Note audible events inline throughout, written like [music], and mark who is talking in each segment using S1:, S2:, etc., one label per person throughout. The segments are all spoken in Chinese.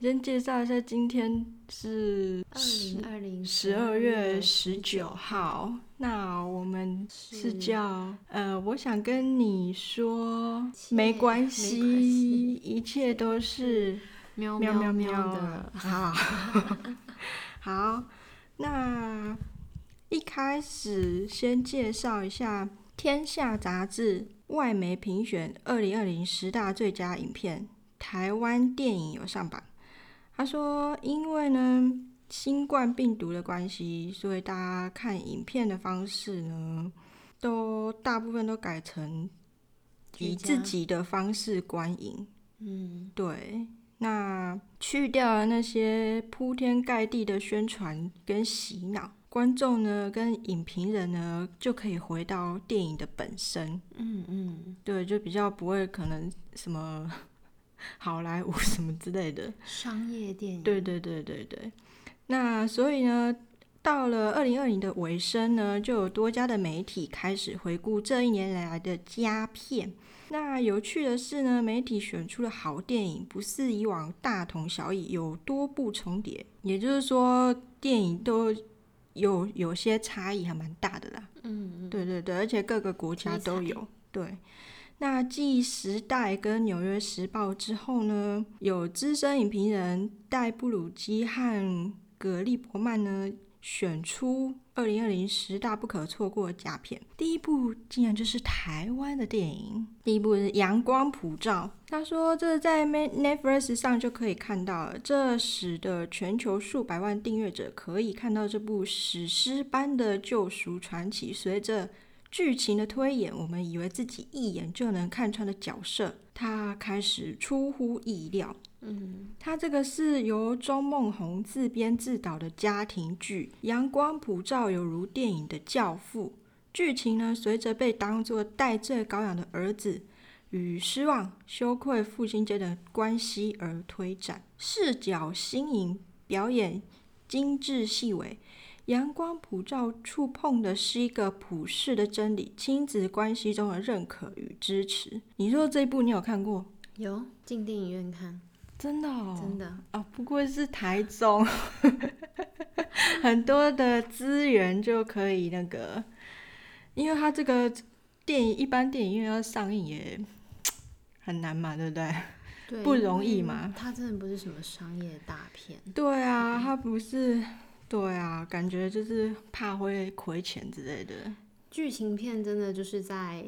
S1: 先介绍一下，今天是
S2: 二零二零
S1: 十二月十九号。那我们是
S2: 是
S1: 叫呃，我想跟你说，
S2: 切
S1: 没
S2: 没
S1: 关
S2: 关
S1: 系，
S2: 系
S1: 一切都是
S2: 喵
S1: 喵喵
S2: 喵
S1: 喵
S2: 的，
S1: 好， [laughs] 好，那一开始先介绍一下《天下》杂志外媒评选二零二零十大最佳影片，台湾电影有上榜。他说，因为呢新冠病毒的关系，所以大家看影片的方式呢，都大部分都改成以
S2: 居家
S1: 自己的方式观影。
S2: 嗯，
S1: 对，那去掉了那些铺天盖地的宣传跟洗脑，观众呢跟影评人呢就可以回到电影的本身。
S2: 嗯嗯，
S1: 对，就比较不会可能什么好莱坞什么之类的。
S2: 商业电影，
S1: 对对对对对。那所以呢，到了二零二零的尾声呢，就有多家的媒体开始回顾这一年来的佳片。那有趣的是呢，媒体选出了好电影，不是以往大同小异，有多部重叠，也就是说，电影都有有些差异，还蛮大的啦。
S2: 嗯嗯，
S1: 对对对，而且各个国家
S2: 题材
S1: 都有。对，那继《时代》跟《纽约时报》之后呢，有资深影评人戴布鲁基和格利伯曼呢，选出二零二零十大不可错过的佳片。第一部竟然就是台湾的电影，第一部是《阳光普照》。他说这在 Ma- Netflix 上就可以看到了，这使得全球数百万订阅者可以看到这部史诗般的救赎传奇。随着剧情的推演，我们以为自己一眼就能看穿的角色，他开始出乎意料。嗯，他这个是由周梦红自编自导的家庭剧，《阳光普照》有如电影的教父。剧情呢，随着被当作戴罪羔羊的儿子与失望、羞愧、父亲间的关系而推展，视角新颖，表演精致细微，阳光普照触碰的是一个普世的真理，亲子关系中的认可与支持。你说这一部你有看过？
S2: 有进电影院看，
S1: 真的哦，
S2: 真的，
S1: 哦，不过是台中， [laughs] 很多的资源就可以那个，因为它这个电影一般电影院要上映也很难嘛，对不对？
S2: 对，
S1: 不容易嘛
S2: 因为它真的不是什么商业大片，
S1: 对啊，它不是，对啊，感觉就是怕会亏钱之类的。
S2: 剧情片真的就是在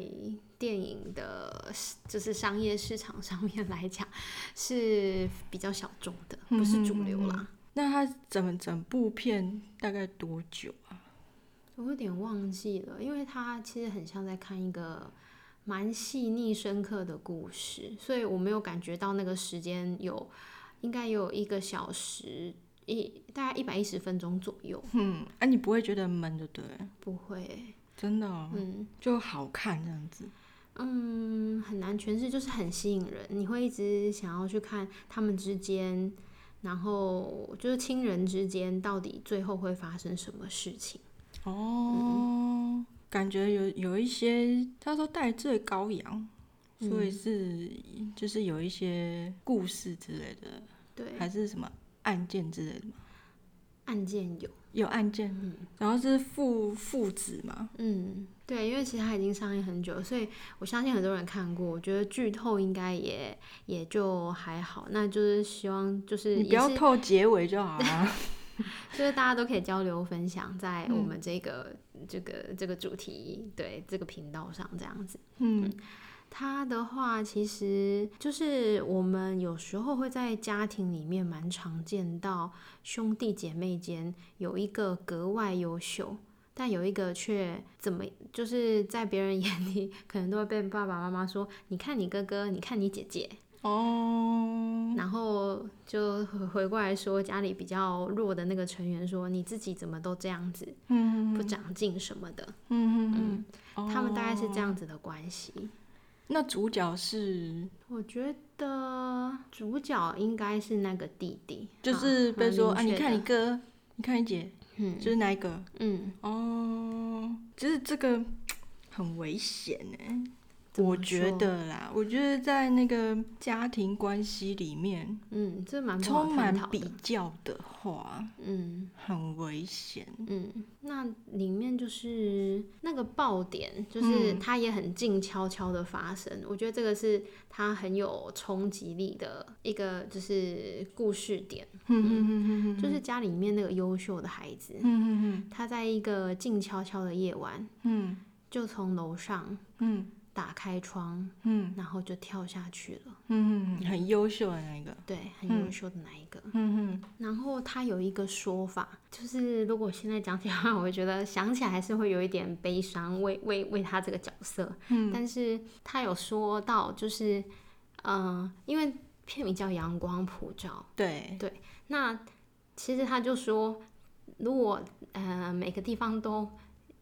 S2: 电影的，就是商业市场上面来讲是比较小众的，不是主流啦。
S1: 那它整整部片大概多久啊？
S2: 我有点忘记了，因为它其实很像在看一个蛮细腻、深刻的故事，所以我没有感觉到那个时间有，应该有一个小时一大概一百一十分钟左右，
S1: 嗯，啊，你不会觉得闷就对了，
S2: 不会，
S1: 真的、哦，
S2: 嗯
S1: 就好看这样子。
S2: 嗯，很难诠释，就是很吸引人，你会一直想要去看他们之间，然后就是亲人之间到底最后会发生什么事情。
S1: 哦，感觉有有一些，他说戴罪羔羊，所以
S2: 嗯
S1: 是、就是有一些故事之类的，
S2: 对，
S1: 还是什么案件之类的吗？
S2: 案件有。
S1: 有案件，
S2: 嗯
S1: 然后是父父子嘛，
S2: 嗯，对，因为其实它已经上映很久，所以我相信很多人看过。我觉得剧透应该也也就还好，那就是希望就是
S1: 你
S2: 也
S1: 不要
S2: 是
S1: 透结尾就好
S2: [laughs]
S1: 啊。
S2: 就是大家都可以交流分享在
S1: 嗯
S2: 我们这个、这个这个主题对这个频道上这样子。
S1: 嗯，
S2: 它的话，其实就是我们有时候会在家庭里面蛮常见到兄弟姐妹间有一个格外优秀，但有一个却怎么就是在别人 [laughs] 眼里可能都会被爸爸妈妈说：“你看你哥哥，你看你姐姐。”
S1: 哦，
S2: 然后就回回过来说家里比较弱的那个成员说：“你自己怎么都这样子，
S1: 嗯
S2: 不
S1: 嗯
S2: 长进什么的。
S1: 嗯嗯，
S2: 他们大概是
S1: 哦。
S2: 这样子的关系。
S1: 那主角是
S2: 我觉得主角应该是那个弟弟，
S1: 就是
S2: 好
S1: 被说啊，
S2: 蛮
S1: 你
S2: 明确的
S1: 看你哥，你看你姐，
S2: 嗯
S1: 就是哪一个？
S2: 嗯，
S1: 哦，就是这个很危险呢。
S2: 怎
S1: 我
S2: 么
S1: 觉
S2: 说
S1: 得啦，我觉得在那个家庭关系里面，
S2: 嗯，这蛮不好
S1: 充
S2: 探
S1: 满
S2: 讨
S1: 比
S2: 的。
S1: 较的话，
S2: 嗯
S1: 很危险。
S2: 嗯，那里面就是那个爆点，就是
S1: 嗯
S2: 它也很静悄悄的发生。我觉得这个是它很有冲击力的一个，就是故事点，
S1: 嗯
S2: 就是家里面那个优秀的孩子，
S1: 嗯
S2: 他在一个静悄悄的夜晚，
S1: 嗯
S2: 就从楼上
S1: 嗯
S2: 打开窗，
S1: 嗯
S2: 然后就跳下去了。
S1: 嗯，很优秀的那一个。
S2: 对，很优秀的那一个。
S1: 嗯
S2: 然后他有一个说法，就是如果现在讲起来的话，我觉得想起来还是会有一点悲伤，为 [laughs] 为为他这个角色。
S1: 嗯
S2: 但是他有说到，就是嗯、呃因为片名叫《阳光普照》，
S1: 对，
S2: 那其实他就说，如果呃每个地方都。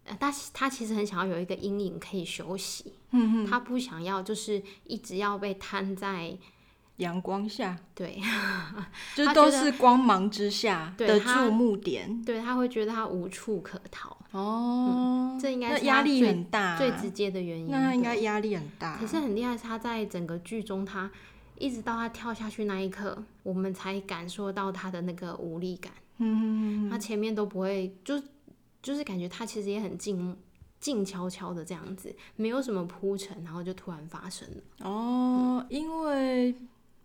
S2: 呃，他他其实很想要有一个阴影可以休息，
S1: 嗯
S2: 他不想要就是一直要被摊在
S1: 阳光下，
S2: 对，
S1: 就
S2: 他
S1: 都
S2: 觉得
S1: 是光芒之下
S2: 对
S1: 的
S2: 他
S1: 注目点。
S2: 对他会觉得他无处可逃，
S1: 哦，
S2: 这应该
S1: 那
S2: 是
S1: 压
S2: 他
S1: 力
S2: 最
S1: 很大，啊
S2: 最直接的原因。
S1: 那他应该
S2: 对
S1: 压力很大。啊
S2: 可是很厉害，是他在整个剧中，他一直到他跳下去那一刻，我们才感受到他的那个无力感。
S1: 嗯，嗯嗯
S2: 他前面都不会，就就是感觉他其实也很静静悄悄的这样子，没有什么铺陈，然后就突然发生了。
S1: 哦，因为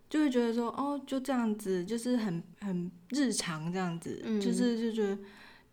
S1: 就会觉得说，哦，就这样子，就是很很日常这样子，
S2: 嗯
S1: 就是就觉得，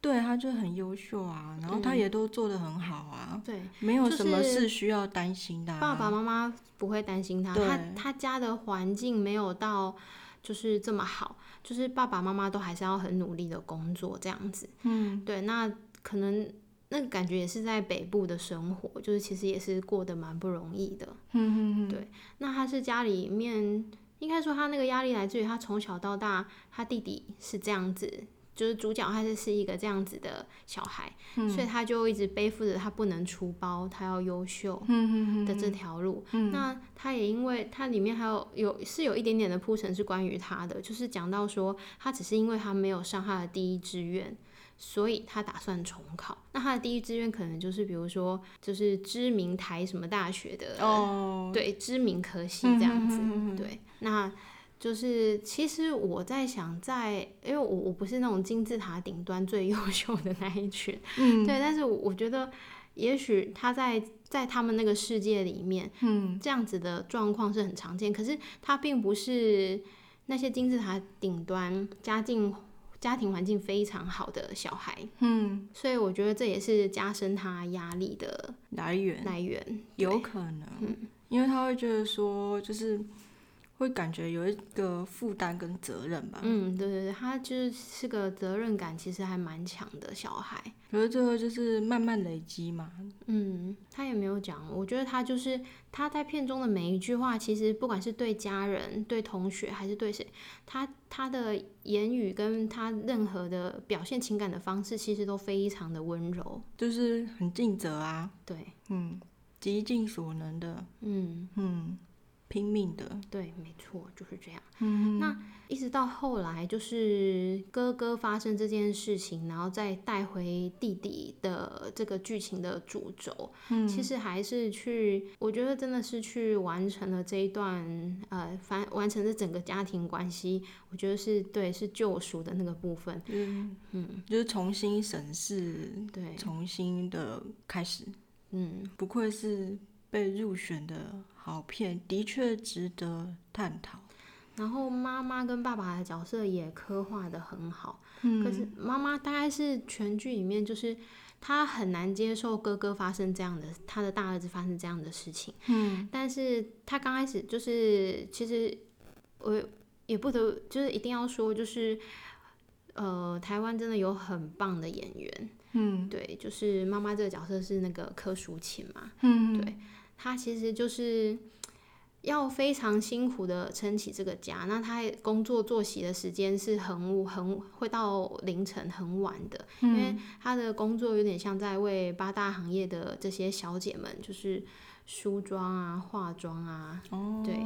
S1: 对，他就很优秀啊，然后他
S2: 嗯
S1: 也都做得很好啊，
S2: 对，
S1: 没有
S2: 就
S1: 什么
S2: 是
S1: 事需要担心的、啊。
S2: 爸爸妈妈不会担心他，
S1: 对
S2: 他他家的环境没有到就是这么好，就是爸爸妈妈都还是要很努力的工作这样子。
S1: 嗯，
S2: 对，那可能那个感觉也是在北部的生活，就是其实也是过得蛮不容易的。
S1: 嗯嗯嗯，
S2: 对那他是家里面，应该说他那个压力来自于他从小到大，他弟弟是这样子。就是主角他是是一个这样子的小孩，
S1: 嗯
S2: 所以他就一直背负着他不能出包，他要优秀，
S1: 嗯嗯嗯
S2: 的这条路。
S1: 嗯
S2: 那他也因为它里面还有有是有一点点的铺陈是关于他的，就是讲到说他只是因为他没有上他的第一志愿，所以他打算重考。那他的第一志愿可能就是比如说就是知名台什么大学的，
S1: 哦，
S2: 对知名科系这样子。
S1: 嗯，
S2: 对，那就是其实我在想在，因为我我不是那种金字塔顶端最优秀的那一群，
S1: 嗯
S2: 对，但是我我觉得，也许他在在他们那个世界里面，
S1: 嗯
S2: 这样子的状况是很常见，可是它并不是那些金字塔顶端家境家庭环境非常好的小孩，
S1: 嗯，
S2: 所以我觉得这也是加深他压力的
S1: 来源
S2: 来源。
S1: 有可能，因为他会觉得说，就是会感觉有一个负担跟责任吧。
S2: 嗯，对对对，他就是是个责任感其实还蛮强的小孩。
S1: 可是这个就是慢慢累积嘛，
S2: 嗯，他也没有讲。我觉得他就是他在片中的每一句话，其实不管是对家人、对同学还是对谁，他他的言语跟他任何的表现情感的方式，其实都非常的温柔。
S1: 就是很尽责啊，
S2: 对，
S1: 嗯，极尽所能的，
S2: 嗯，
S1: 嗯，拼命的，
S2: 对，没错，就是这样。
S1: 嗯，
S2: 那一直到后来，就是哥哥发生这件事情，然后再带回弟弟的这个剧情的主轴，
S1: 嗯
S2: 其实还是去，我觉得真的是去完成了这一段，呃，完完成这整个家庭关系，我觉得是对，是救赎的那个部分，
S1: 就是
S2: 嗯，
S1: 就是重新审视，
S2: 对，
S1: 重新的开始，
S2: 嗯，
S1: 不愧是被入选的好片，的确值得探讨。
S2: 然后妈妈跟爸爸的角色也刻画的很好，可
S1: 嗯，
S2: 是妈妈大概是全剧里面就是。她很难接受哥哥发生这样的，她的大儿子发生这样的事情。
S1: 嗯，
S2: 但是他刚开始就是，其实我也不得，就是一定要说，就是呃，台湾真的有很棒的演员，
S1: 嗯，
S2: 对，就是妈妈这个角色是那个柯淑琴嘛，
S1: 嗯，
S2: 对她其实就是要非常辛苦的撑起这个家，那她工作作息的时间是很很会到凌晨很晚的，因为她的工作有点像在为八大行业的这些小姐们，就是梳妆啊、化妆啊，
S1: 哦，
S2: 对，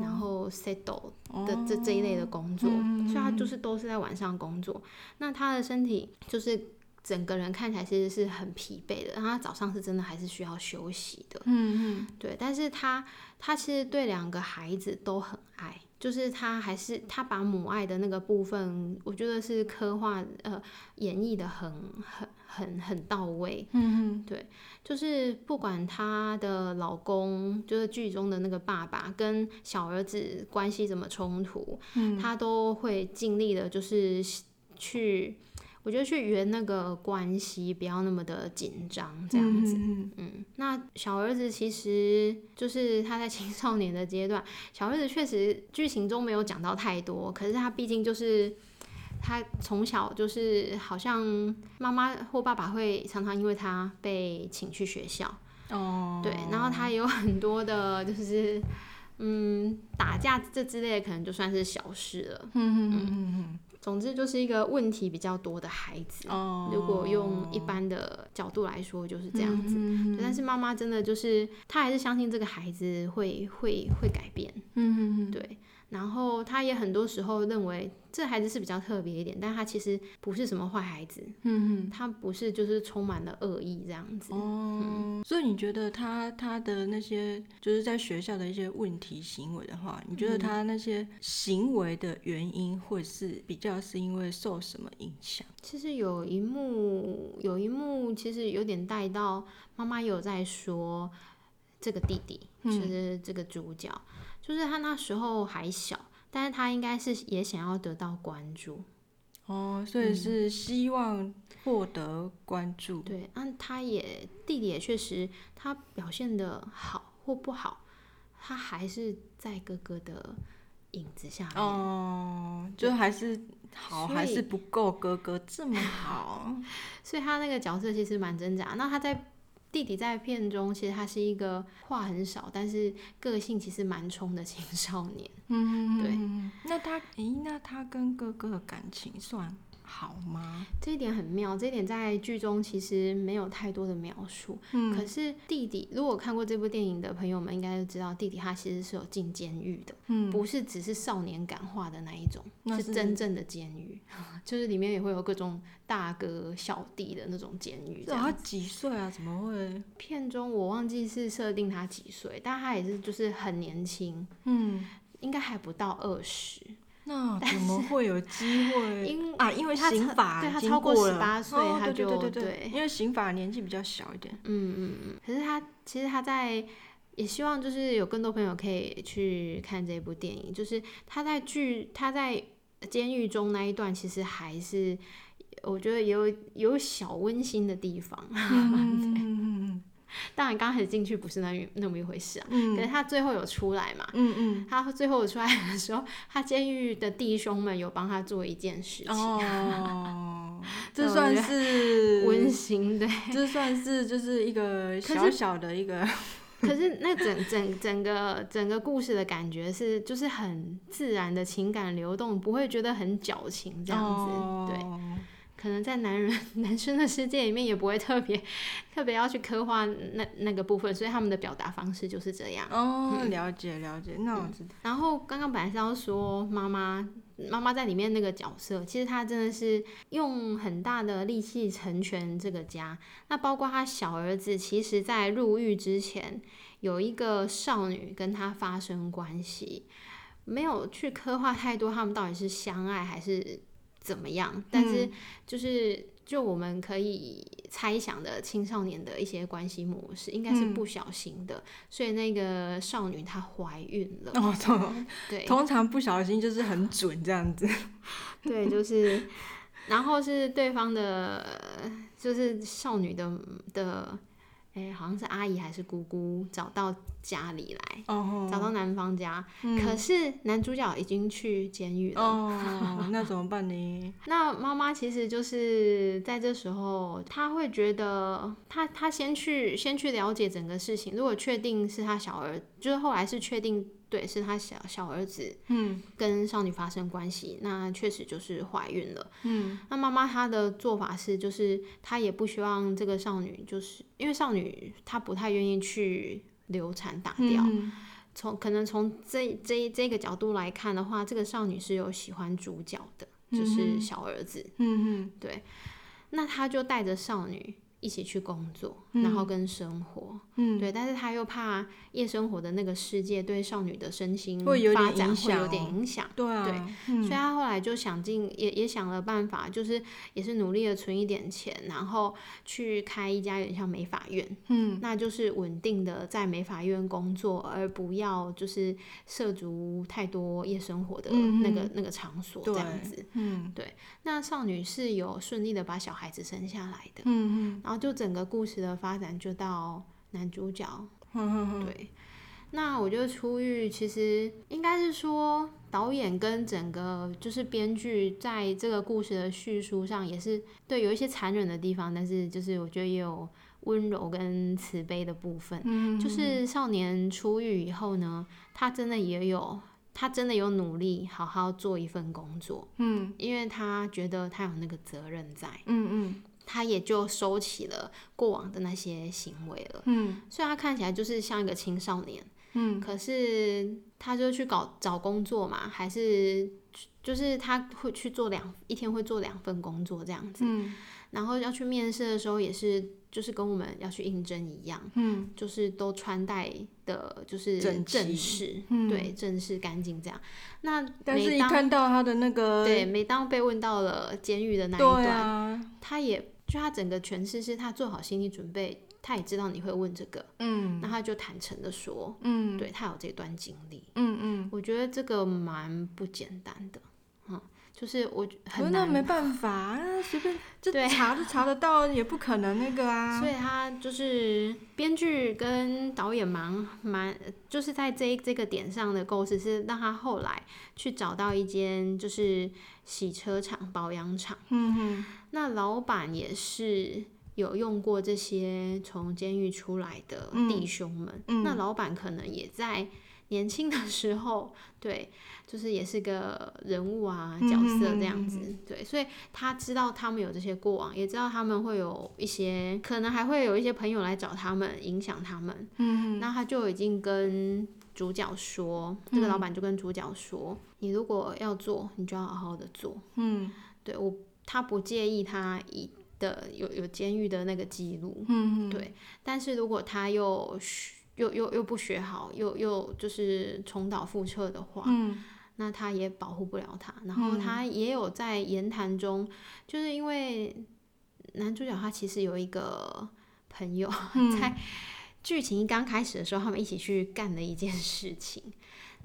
S2: 然后 settle 的这这一类的工作，所以她就是都是在晚上工作。那她的身体就是整个人看起来其实是很疲惫的，然后他早上是真的还是需要休息的。
S1: 嗯嗯，
S2: 对，但是他他其实对两个孩子都很爱，就是他还是他把母爱的那个部分，我觉得是刻画呃演绎的很很很很到位。
S1: 嗯
S2: 对，就是不管她的老公，就是剧中的那个爸爸跟小儿子关系怎么冲突，
S1: 嗯
S2: 他都会尽力的，就是去，我觉得去圆那个关系，不要那么的紧张这样子。
S1: 嗯
S2: 嗯，那小儿子其实就是他在青少年的阶段，小儿子确实剧情中没有讲到太多，可是他毕竟就是他从小就是好像妈妈或爸爸会常常因为他被请去学校，
S1: 哦，
S2: 对，然后他也有很多的就是嗯打架这之类的，可能就算是小事了。
S1: 嗯嗯嗯
S2: 总之就是一个问题比较多的孩子
S1: 嗯，，哦，
S2: 如果用一般的角度来说，就是这样子。
S1: 嗯
S2: 对，但是妈妈真的就是，她还是相信这个孩子会会会改变，
S1: 嗯嗯
S2: 对。然后她也很多时候认为这孩子是比较特别一点，但他其实不是什么坏孩子，
S1: 嗯
S2: 他不是就是充满了恶意这样子。
S1: 嗯，所以你觉得他他的那些就是在学校的一些问题行为的话，你觉得他那些行为的原因，会是比较是因为受什么影响？
S2: 其实有一幕有一幕其实有点带到妈妈有在说这个弟弟，就是这个主角，就是他那时候还小，但是他应该是也想要得到关注，
S1: 哦，所以是希望获得关注。
S2: 对，那、他也弟弟也确实，他表现的好或不好，他还是在哥哥的影子下面。
S1: 哦，就还是好，
S2: 所以
S1: 还是不够哥哥这 [laughs] 么好。
S2: 所以他那个角色其实蛮挣扎。那他在弟弟在片中，其实他是一个话很少，但是个性其实蛮冲的青少年。
S1: 嗯，
S2: 对
S1: 对。那他，诶，那他跟哥哥的感情算好吗？
S2: 这一点很妙，这一点在剧中其实没有太多的描述。
S1: 嗯，
S2: 可是弟弟，如果看过这部电影的朋友们，应该就知道弟弟他其实是有进监狱的。
S1: 嗯，
S2: 不是只是少年感化的那一种，
S1: 那是
S2: 是真正的监狱， [laughs] 就是里面也会有各种大哥小弟的那种监狱。这
S1: 对啊，他
S2: 样
S1: 几岁啊？怎么会？
S2: 片中我忘记是设定他几岁，但他也是就是很年轻，
S1: 嗯，
S2: 应该还不到二十，
S1: [laughs] 那怎么会有机会？
S2: 因
S1: 啊，因为
S2: 他
S1: 刑
S2: 超
S1: 法
S2: 对他
S1: 经
S2: 超过
S1: 过了
S2: 18岁
S1: 哦
S2: 他
S1: 对对
S2: 就
S1: 对对对
S2: 对
S1: 因为刑法年纪比较小一点。
S2: 嗯嗯嗯。可是他其实他在也希望就是有更多朋友可以去看这部电影，就是他在剧他在监狱中那一段，其实还是我觉得有有小温馨的地方。
S1: [laughs] 嗯嗯嗯
S2: [laughs] 当然，刚开始进去不是那一那么一回事啊，可是
S1: 嗯
S2: 他最后有出来嘛。
S1: 嗯
S2: 他最后出来的时候，他监狱的弟兄们有帮他做一件事
S1: 嗯，
S2: 情， [laughs]
S1: 哦，这
S2: 对我
S1: 算
S2: 觉得
S1: 是
S2: 温馨对。
S1: 这算是就是一个
S2: 可是
S1: 小小的一个，
S2: 可是那整整整个整个故事的感觉是，就是很自然的情感流动，不会觉得很矫情 [laughs] 这样子。对，
S1: 哦
S2: 可能在男人 [laughs] 男生的世界里面也不会特别特别要去刻画那那个部分，所以他们的表达方式就是这样。
S1: 哦，
S2: 嗯
S1: 了解了解，那我知道，
S2: 然后刚刚本来是要说妈妈，妈妈在里面那个角色，其实她真的是用很大的力气成全这个家。那包括她小儿子，其实在入狱之前，有一个少女跟他发生关系，没有去刻画太多他们到底是相爱还是怎么样，但是就是。就我们可以猜想的青少年的一些关系模式，应该是
S1: 嗯
S2: 不小心的，所以那个少女她怀孕了，
S1: 哦，通
S2: 对，
S1: [laughs] 通常不小心就是很准这样子， [laughs]
S2: 对，就是，然后是对方的，就是少女的的，哎、好像是阿姨还是姑姑找到家里来，
S1: 哦，
S2: 找到男方家，
S1: 嗯
S2: 可是男主角已经去监狱
S1: [laughs]
S2: 了。
S1: 哦，那怎么办
S2: [laughs]
S1: 呢？
S2: 那妈妈其实就是在这时候，她会觉得她她先去先去了解整个事情，如果确定是她小儿，就是后来是确定对是她小小儿子
S1: 嗯
S2: 跟少女发生关系，那确实就是怀孕了。
S1: 嗯
S2: 那妈妈她的做法是，就是她也不希望这个少女，就是因为少女她不太愿意去流产打掉。
S1: 嗯
S2: 从可能从这这这个角度来看的话，这个少女是有喜欢主角的，就
S1: 嗯
S2: 是
S1: 哼
S2: 小儿子。
S1: 嗯嗯
S2: 对，那他就带着少女一起去工作，然后跟生活，
S1: 嗯，
S2: 对，但是他又怕夜生活的那个世界对少女的身心
S1: 会有点
S2: 发展
S1: 影
S2: 会
S1: 响
S2: 有点
S1: 哦
S2: 影响，
S1: 对啊，
S2: 对所以他后来就想尽也也想了办法，就是也是努力的存一点钱，然后去开一家有点像美发院，
S1: 嗯，
S2: 那就是稳定的在美发院工作，而不要就是涉足太多夜生活的
S1: 嗯
S2: 那个、
S1: 哼
S2: 那个场所
S1: 对
S2: 这样子。
S1: 嗯
S2: 那少女是有顺利的把小孩子生下来的，
S1: 嗯嗯
S2: 然后就整个故事的发展就到男主角
S1: 嗯嗯，
S2: 对，那我就出狱，其实应该是说导演跟整个就是编剧在这个故事的叙述上也是对有一些残忍的地方，但是就是我觉得也有温柔跟慈悲的部分。
S1: 嗯
S2: 就是少年出狱以后呢，他真的也有。他真的有努力好好做一份工作，
S1: 嗯
S2: 因为他觉得他有那个责任在，
S1: 嗯
S2: 他也就收起了过往的那些行为了。
S1: 嗯
S2: 虽然他看起来就是像一个青少年，
S1: 嗯
S2: 可是他就去搞找工作嘛，还是就是他会去做两一天会做两份工作这样子，
S1: 嗯
S2: 然后要去面试的时候也是就是跟我们要去应征一样，
S1: 嗯
S2: 就是都穿戴的就是
S1: 整齐
S2: 正式，
S1: 嗯，
S2: 对，正式干净这样。那
S1: 但是
S2: 每
S1: 一
S2: 当
S1: 看到他的那个，
S2: 对每当被问到了监狱的那一
S1: 对
S2: 段，
S1: 啊，
S2: 他也就他整个诠释是他做好心理准备，他也知道你会问这个，
S1: 嗯
S2: 那他就坦诚的说，
S1: 嗯
S2: 对他有这段经历。
S1: 嗯嗯，
S2: 我觉得这个蛮不简单的，嗯，就是我
S1: 可
S2: 很
S1: 是哦那
S2: 难，
S1: 没办法啊，随便这
S2: 对 [laughs]
S1: 查都查得到，也不可能那个啊，
S2: 所以他就是编剧跟导演蛮蛮，就是在这一这个点上的构思是让他后来去找到一间就是洗车厂保养厂，
S1: 嗯
S2: 那老板也是。有用过这些从监狱出来的弟兄们，
S1: 嗯嗯
S2: 那老板可能也在年轻的时候，对，就是也是个人物啊
S1: 嗯
S2: 角色这
S1: 嗯
S2: 样
S1: 嗯
S2: 子，对，所以他知道他们有这些过往，也知道他们会有一些，可能还会有一些朋友来找他们，影响他们，
S1: 哼嗯
S2: 那他就已经跟主角说，这
S1: 嗯
S2: 个老板就跟主角说，你如果要做，你就要好好的做，
S1: 哼嗯
S2: 对我，他不介意他以的有有监狱的那个记录，
S1: 嗯
S2: 对，但是如果他又学又又又不学好，又又就是重蹈覆辙的话，
S1: 嗯
S2: 那他也保护不了他。然后
S1: 嗯
S2: 他也有在言谈中，就是因为男主角他其实有一个朋友， [laughs]
S1: 嗯
S2: 在剧情刚开始的时候，他们一起去干了一件事情。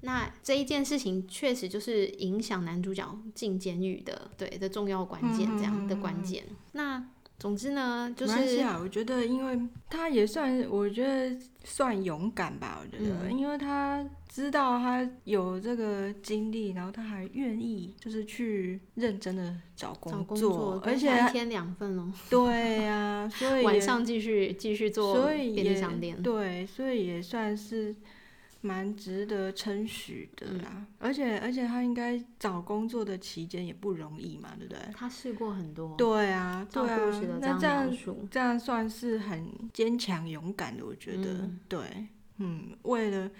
S2: 那这一件事情确实就是影响男主角进监狱的，对的重要关键，这样的关键。
S1: 嗯
S2: 那总之呢，就
S1: 没关系
S2: 是
S1: 啊，我觉得，因为他也算，我觉得算勇敢吧。我觉得，
S2: 嗯
S1: 因为他知道他有这个经历，然后他还愿意就是去认真的找工
S2: 找
S1: 作，
S2: 工作，
S1: 而
S2: 一
S1: 且
S2: 天两份哦，
S1: 对呀、所以
S2: 晚
S1: 也
S2: 上继续继续做
S1: 所以
S2: 便
S1: 也
S2: 利商店。
S1: 对，所以也算是蛮值得称许的
S2: 嗯
S1: 啦。而且而且他应该找工作的期间也不容易嘛，对不对？
S2: 他试过很多，
S1: 对啊，
S2: 照
S1: 对啊
S2: 顾时的，
S1: 那
S2: 这
S1: 这
S2: 样
S1: 样
S2: 描述，
S1: 这样算是很坚强勇敢的，我觉得、
S2: 嗯
S1: 对，嗯，为了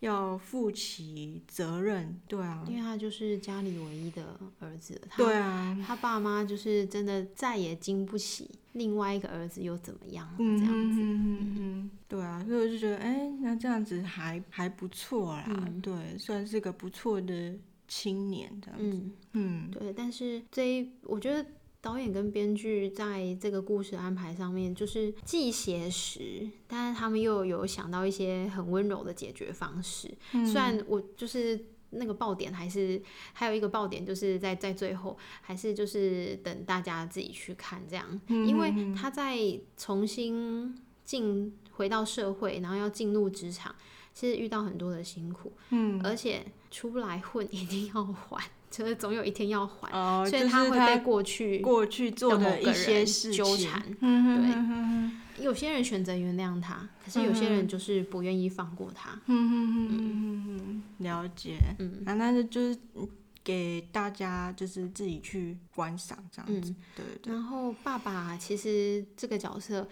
S1: 要负起责任，对啊，
S2: 因为他就是家里唯一的儿子，他
S1: 对啊，
S2: 他爸妈就是真的再也经不起另外一个儿子又怎么样了
S1: 嗯
S2: 这样子。
S1: 嗯嗯，对啊，所以我就觉得，哎、那这样子还还不错啦、
S2: 嗯
S1: 对，算是个不错的青年这样，
S2: 嗯，
S1: 嗯
S2: 对。但是这一，我觉得导演跟编剧在这个故事安排上面，就是既写实，但是他们又有想到一些很温柔的解决方式。
S1: 嗯
S2: 虽然我就是。那个爆点还是还有一个爆点，就是在在最后，还是就是等大家自己去看这样。
S1: 嗯
S2: 因为他在重新进回到社会，然后要进入职场，其实遇到很多的辛苦，
S1: 嗯，
S2: 而且出来混一定要还，就是总有一天要还，
S1: 哦、
S2: 所以
S1: 就是
S2: 会被
S1: 他
S2: 过去
S1: 过去做
S2: 的某
S1: 的
S2: 个
S1: 一些
S2: 人
S1: 事情
S2: 纠缠，
S1: 嗯哼
S2: 对
S1: 哼哼
S2: 有些人选择原谅他，可是有些
S1: 嗯
S2: 人就是不愿意放过他。
S1: 哼哼哼哼哼哼，了解。
S2: 嗯
S1: 啊，那就就是嗯给大家就是自己去观赏这样子，
S2: 嗯，
S1: 对对对，
S2: 然后爸爸其实这个角色。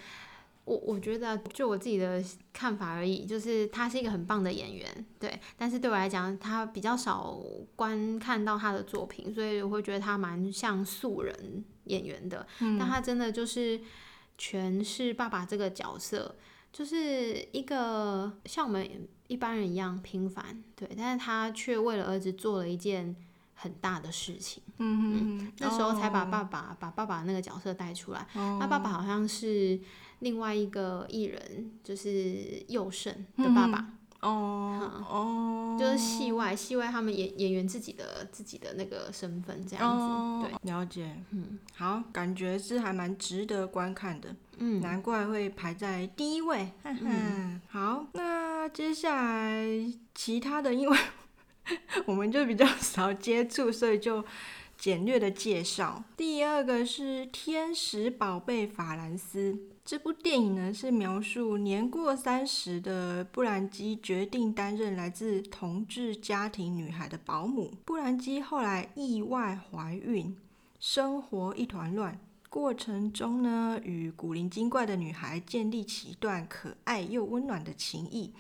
S2: 我我觉得，就我自己的看法而已，就是他是一个很棒的演员，对。但是对我来讲，他比较少观看到他的作品，所以我会觉得他蛮像素人演员的，但他真的就是诠释爸爸这个角色，就是一个像我们一般人一样平凡，对，但是他却为了儿子做了一件很大的事情，
S1: 嗯嗯，
S2: 那时候才把爸爸、把爸爸那个角色带出来。他爸爸
S1: 哦
S2: 好像是另外一个艺人，就是佑胜的爸爸。
S1: 嗯哦哦，
S2: 就是戏外，戏外他们演演员自己的自己的那个身份这样子，
S1: 哦
S2: 对，，
S1: 了解，嗯，好，感觉是还蛮值得观看的，
S2: 嗯，
S1: 难怪会排在第一位，哈哈。好，那接下来其他的，因为 [laughs] 我们就比较少接触，所以就简略的介绍。第二个是《天使宝贝法兰斯》这部电影呢，是描述年过三十的布兰基决定担任来自同志家庭女孩的保姆。布兰基后来意外怀孕，生活一团乱。过程中呢，与古灵精怪的女孩建立起一段可爱又温暖的情谊。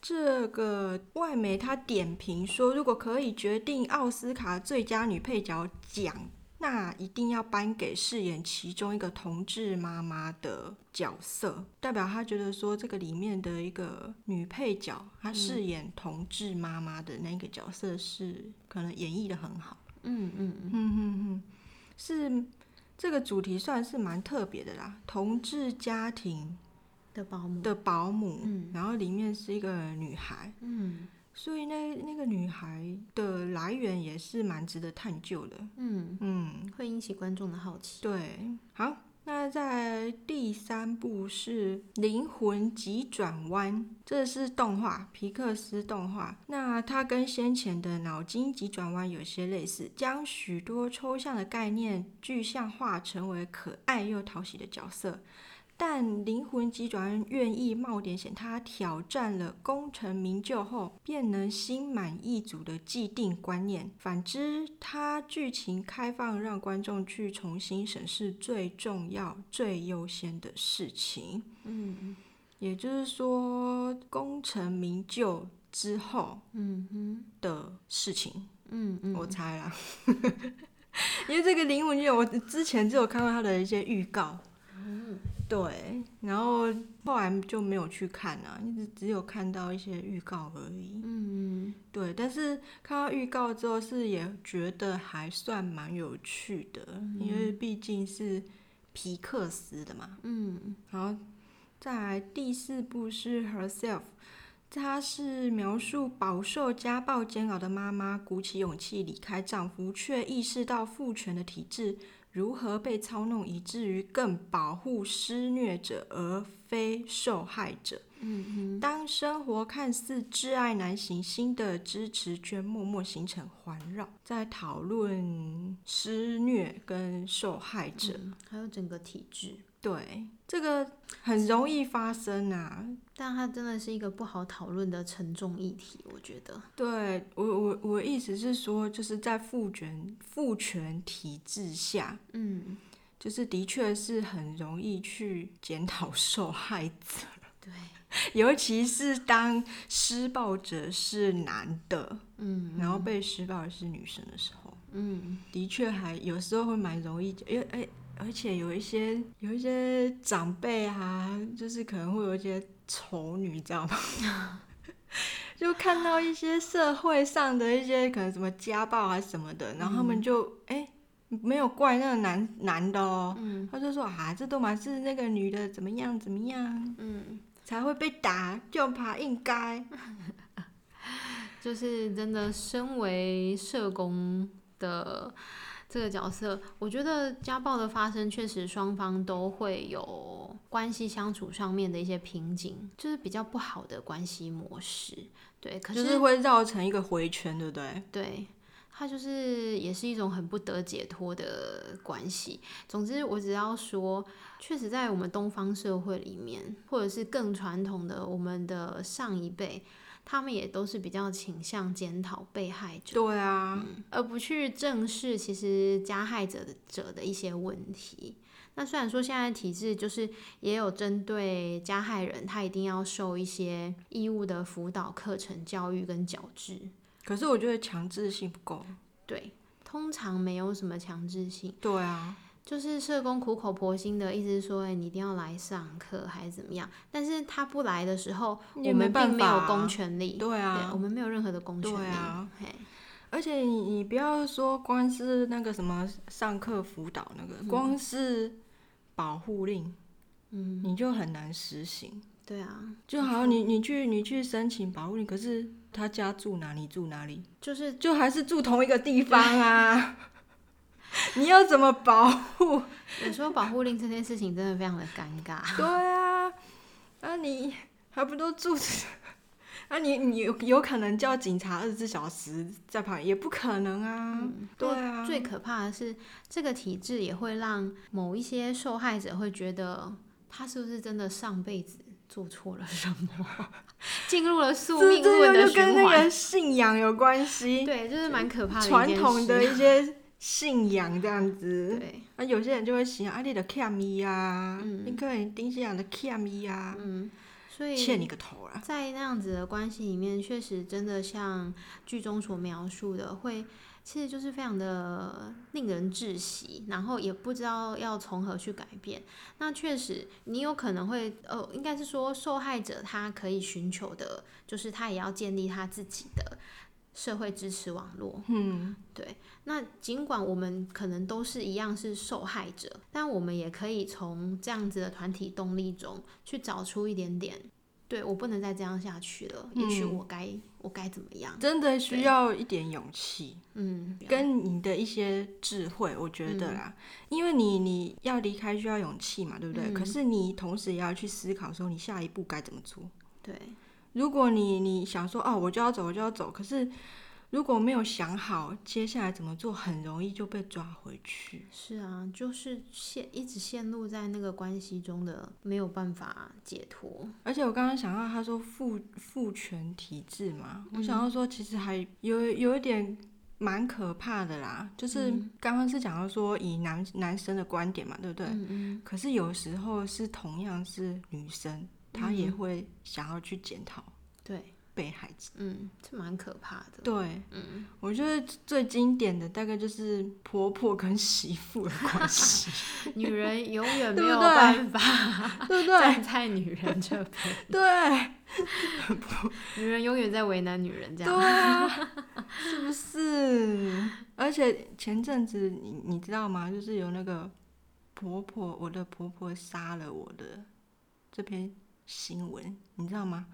S1: 这个外媒他点评说，如果可以决定奥斯卡最佳女配角奖，那一定要颁给饰演其中一个同志妈妈的角色，代表他觉得说这个里面的一个女配角，她饰演同志妈妈的那个角色是可能演绎的很好。
S2: 嗯嗯嗯，
S1: 是这个主题算是蛮特别的啦，同志家庭
S2: 的保姆，
S1: 的保姆，
S2: 嗯
S1: 然后里面是一个女孩，
S2: 嗯
S1: 所以那那个女孩的来源也是蛮值得探究的。
S2: 嗯，
S1: 嗯，
S2: 会引起观众的好奇，
S1: 对，好。那在第三部是《灵魂急转弯》，这是动画，皮克斯动画。那它跟先前的《脑筋急转弯》有些类似，将许多抽象的概念具象化，成为可爱又讨喜的角色。但《灵魂急转弯》愿意冒点险，它挑战了功成名就后便能心满意足的既定观念。反之，它剧情开放，让观众去重新审视最重要、最优先的事情。
S2: 嗯
S1: 也就是说，功成名就之后
S2: 嗯嗯
S1: 的事情，
S2: 嗯嗯，
S1: 我猜啦。 [laughs] 因为这个灵魂剧，我之前只有看过它的一些预告，
S2: 嗯
S1: 对，然后后来就没有去看啊，一直只有看到一些预告而已。
S2: 嗯
S1: 对，但是看到预告之后是也觉得还算蛮有趣的，因为毕竟是皮克斯的嘛。
S2: 嗯
S1: 然后再来第四部是《Herself》，它是描述饱受家暴煎熬的妈妈鼓起勇气离开丈夫，却意识到父权的体制如何被操弄，以至于更保护施虐者而非受害者。
S2: 嗯
S1: 当生活看似挚爱难行，新的支持圈默默形成环绕，在讨论施虐跟受害者。
S2: 嗯，还有整个体制，
S1: 对，这个很容易发生啊。
S2: 但它真的是一个不好讨论的沉重议题，我觉得，
S1: 对我我我意思是说，就是在父权父权体制下，
S2: 嗯，
S1: 就是的确是很容易去检讨 [laughs] 受害者，
S2: 对，
S1: 尤其是当施暴者是男的，
S2: 嗯
S1: 然后被施暴的是女生的时候，
S2: 嗯
S1: 的确还有时候会蛮容易，因为哎。而且有一些有一些长辈啊，就是可能会有一些丑女，你知道吗？ [laughs] 就看到一些社会上的一些可能什么家暴啊什么的，然后他
S2: 嗯
S1: 们就哎、没有怪那个男男的哦，
S2: 嗯
S1: 他就说啊这都嘛是那个女的怎么样怎么样
S2: 嗯，
S1: 才会被打，就怕应该。
S2: 就是真的，身为社工的这个角色，我觉得家暴的发生确实双方都会有关系相处上面的一些瓶颈，就是比较不好的关系模式。对，可、
S1: 就是是会绕成一个回圈，对不对？
S2: 对。它就是也是一种很不得解脱的关系。总之，我只要说，确实在我们东方社会里面，或者是更传统的我们的上一辈，他们也都是比较倾向检讨被害者。
S1: 对啊，
S2: 而不去正视其实加害者的者的一些问题。那虽然说现在体制就是也有针对加害人，他一定要受一些义务的辅导课程、教育跟矫治，
S1: 可是我觉得强制性不够。
S2: 对，通常没有什么强制性。
S1: 对啊，
S2: 就是社工苦口婆心的一直说，哎、你一定要来上课还是怎么样？但是他不来的时候，
S1: 你也
S2: 我们
S1: 没办
S2: 并没
S1: 法
S2: 有
S1: 啊
S2: 公权力，
S1: 对啊
S2: 对，我们没有任何的公权力，
S1: 对啊
S2: 嘿
S1: 而且你你不要说光是那个什么上课辅导那个，光是保护令，
S2: 嗯，
S1: 你就很难实行。
S2: 对啊，
S1: 就好像你你去你去申请保护令，可是他家住哪里住哪里，
S2: 就是
S1: 就还是住同一个地方
S2: [laughs]
S1: 啊。你要怎么保
S2: 啊
S1: 护？
S2: 有时候保护令这件事情真的非常的尴尬。
S1: 对啊，啊你还不都住？ [laughs] 啊你你有有可能叫警察二十四小时在旁，也不可能啊。 [laughs]
S2: 嗯
S1: 对啊，
S2: 最可怕的是，这个体制也会让某一些受害者会觉得，他是不是真的上辈子做错了什么， [laughs] 进入了宿
S1: 这
S2: 命
S1: 这
S2: 论
S1: 又
S2: 的
S1: 又跟
S2: 循
S1: 那 [laughs]
S2: 环。
S1: 个信仰有关系，
S2: 对，就是蛮可怕的一
S1: 传
S2: 件
S1: 统
S2: 事
S1: 的一些信仰这样子。
S2: 对，
S1: 啊，有些人就会想，啊，你的欠伊啊，你可能丁西阳的欠伊啊，
S2: 嗯，所以
S1: 欠你个头啊啦。
S2: 在那样子的关系里面，确实真的像剧中所描述的，会其实就是非常的令人窒息，然后也不知道要从何去改变。那确实，你有可能会，呃，应该是说受害者他可以寻求的，就是他也要建立他自己的社会支持网络。
S1: 嗯，
S2: 对，那尽管我们可能都是一样是受害者，但我们也可以从这样子的团体动力中去找出一点点，对我不能再这样下去了，也许
S1: 嗯
S2: 我该我该怎么样？
S1: 真的需要一点勇气，
S2: 嗯，
S1: 跟你的一些智慧，我觉得啦，因为你你要离开需要勇气嘛，对不对？
S2: 嗯
S1: 可是你同时也要去思考说，你下一步该怎么做。
S2: 对，
S1: 如果你你想说哦，我就要走，我就要走，可是如果没有想好接下来怎么做，很容易就被抓回去。
S2: 是啊，就是陷一直陷入在那个关系中的，没有办法解脱。
S1: 而且我刚刚想到，他说父父权体制嘛，我想到说其实还有有一点蛮可怕的啦，就是刚刚是讲到说以男男生的观点嘛，对不对？
S2: 嗯嗯，
S1: 可是有时候是同样是女生，她也会想要去检讨
S2: 对，
S1: 被害者。
S2: 嗯，这蛮可怕的。
S1: 对，我觉得最经典的大概就是婆婆跟媳妇的关系，
S2: 女人永远没
S1: 对不
S2: 有
S1: 对
S2: 办法
S1: [laughs] 对不对？
S2: 站在女人这 [laughs] 边，
S1: 对
S2: 女人永远在为难女人，这
S1: 对
S2: 样。
S1: 啊，是不是？而且前阵子你你知道吗？就是有那个婆婆，我的婆婆杀了我的这篇新闻，你知道吗？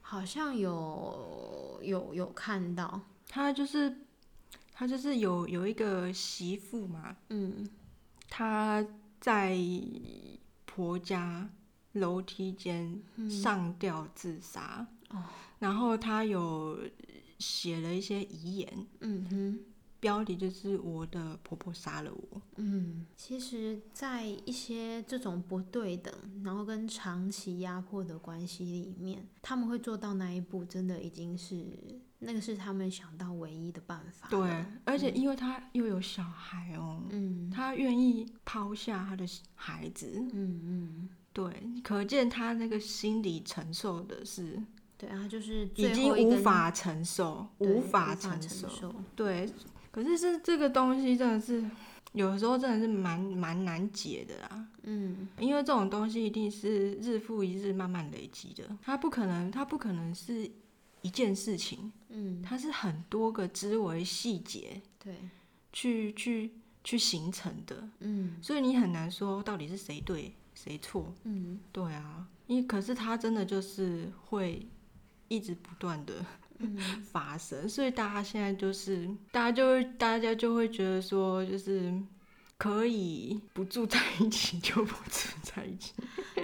S2: 好像有有有看到，
S1: 她就是她就是有有一个媳妇嘛，
S2: 嗯
S1: 她在婆家楼梯间
S2: 嗯
S1: 上吊自杀，然后他有写了一些遗言，
S2: 嗯哼
S1: 标题就是“我的婆婆杀了我
S2: 嗯，其实，在一些这种不对等，然后跟长期压迫的关系里面，他们会做到那一步，真的已经是那个是他们想到唯一的嗯办”。法。
S1: 对，，而且因为他又有小孩哦，
S2: 嗯
S1: 他愿意抛下他的孩子，
S2: 嗯嗯，
S1: 对，可见他那个心理承受的是
S2: 对啊，就是
S1: 已
S2: 最
S1: 经
S2: 后一
S1: 无
S2: 根
S1: 法承受，
S2: 对
S1: 无
S2: 无
S1: 法
S2: 承
S1: 承受。对，可是这这个东西真的是有的时候真的是蛮蛮难解的啦。
S2: 嗯
S1: 因为这种东西一定是日复一日慢慢累积的，它不可能，它不可能是一件事情，
S2: 嗯，
S1: 它是很多个枝微细节
S2: 对，
S1: 去去去形成的，
S2: 嗯
S1: 所以你很难说到底是谁对谁错。
S2: 嗯
S1: 对啊，因为可是它真的就是会一直不断的
S2: 嗯，
S1: 发生，所以大家现在就是大家就会大家就会觉得说就是。可以不住在一起就不住在一起，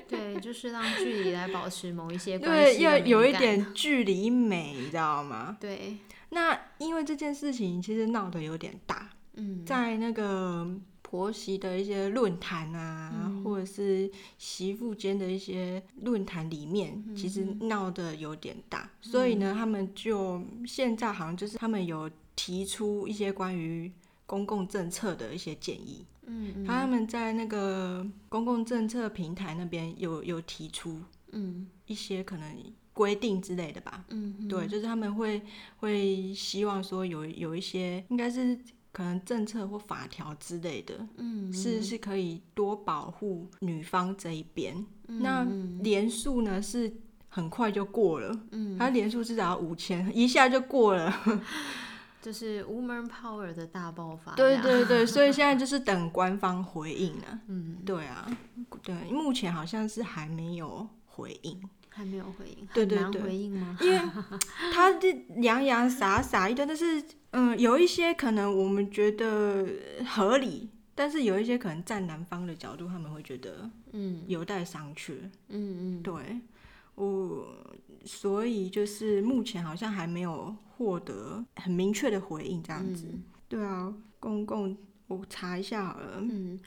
S2: 对，就是让距离来保持某一些关
S1: 对，
S2: 系的
S1: 要
S2: 美
S1: 有一
S2: 感啊
S1: 点距离美，你知道吗？
S2: 对，
S1: 那因为这件事情其实闹得有点大，
S2: 嗯，
S1: 在那个婆媳的一些论坛啊，
S2: 嗯
S1: 或者是媳妇间的一些论坛里面，
S2: 嗯
S1: 其实闹得有点大，所以呢，他们就现在好像就是他们有提出一些关于。公共政策的一些建议，
S2: 嗯
S1: 他们在那个公共政策平台那边有有提出，
S2: 嗯
S1: 一些可能规定之类的吧。
S2: 嗯，
S1: 对，就是他们会会希望说有有一些应该是可能政策或法条之类的，
S2: 嗯，
S1: 是是可以多保护女方这一边。
S2: 嗯
S1: 那连诉呢是很快就过了，嗯，他连诉至少要五千，一下就过了。
S2: 就是 woman power 的大爆发呀。
S1: [laughs] 对对对，所以现在就是等官方回应啊。
S2: 嗯，
S1: 对啊，对，目前好像是还没有回应。
S2: 还没有回应，
S1: 对对
S2: 很难
S1: 对
S2: 回应吗？
S1: 因为他这洋洋洒洒一堆，但是嗯，有一些可能我们觉得合理，但是有一些可能站男方的角度，他们会觉得
S2: [laughs] 嗯
S1: 有待商榷。
S2: 嗯嗯，
S1: 对我，所以就是目前好像还没有获得很明确的回应，这
S2: 这
S1: 样子。对啊，公共我查一下好了，
S2: 嗯，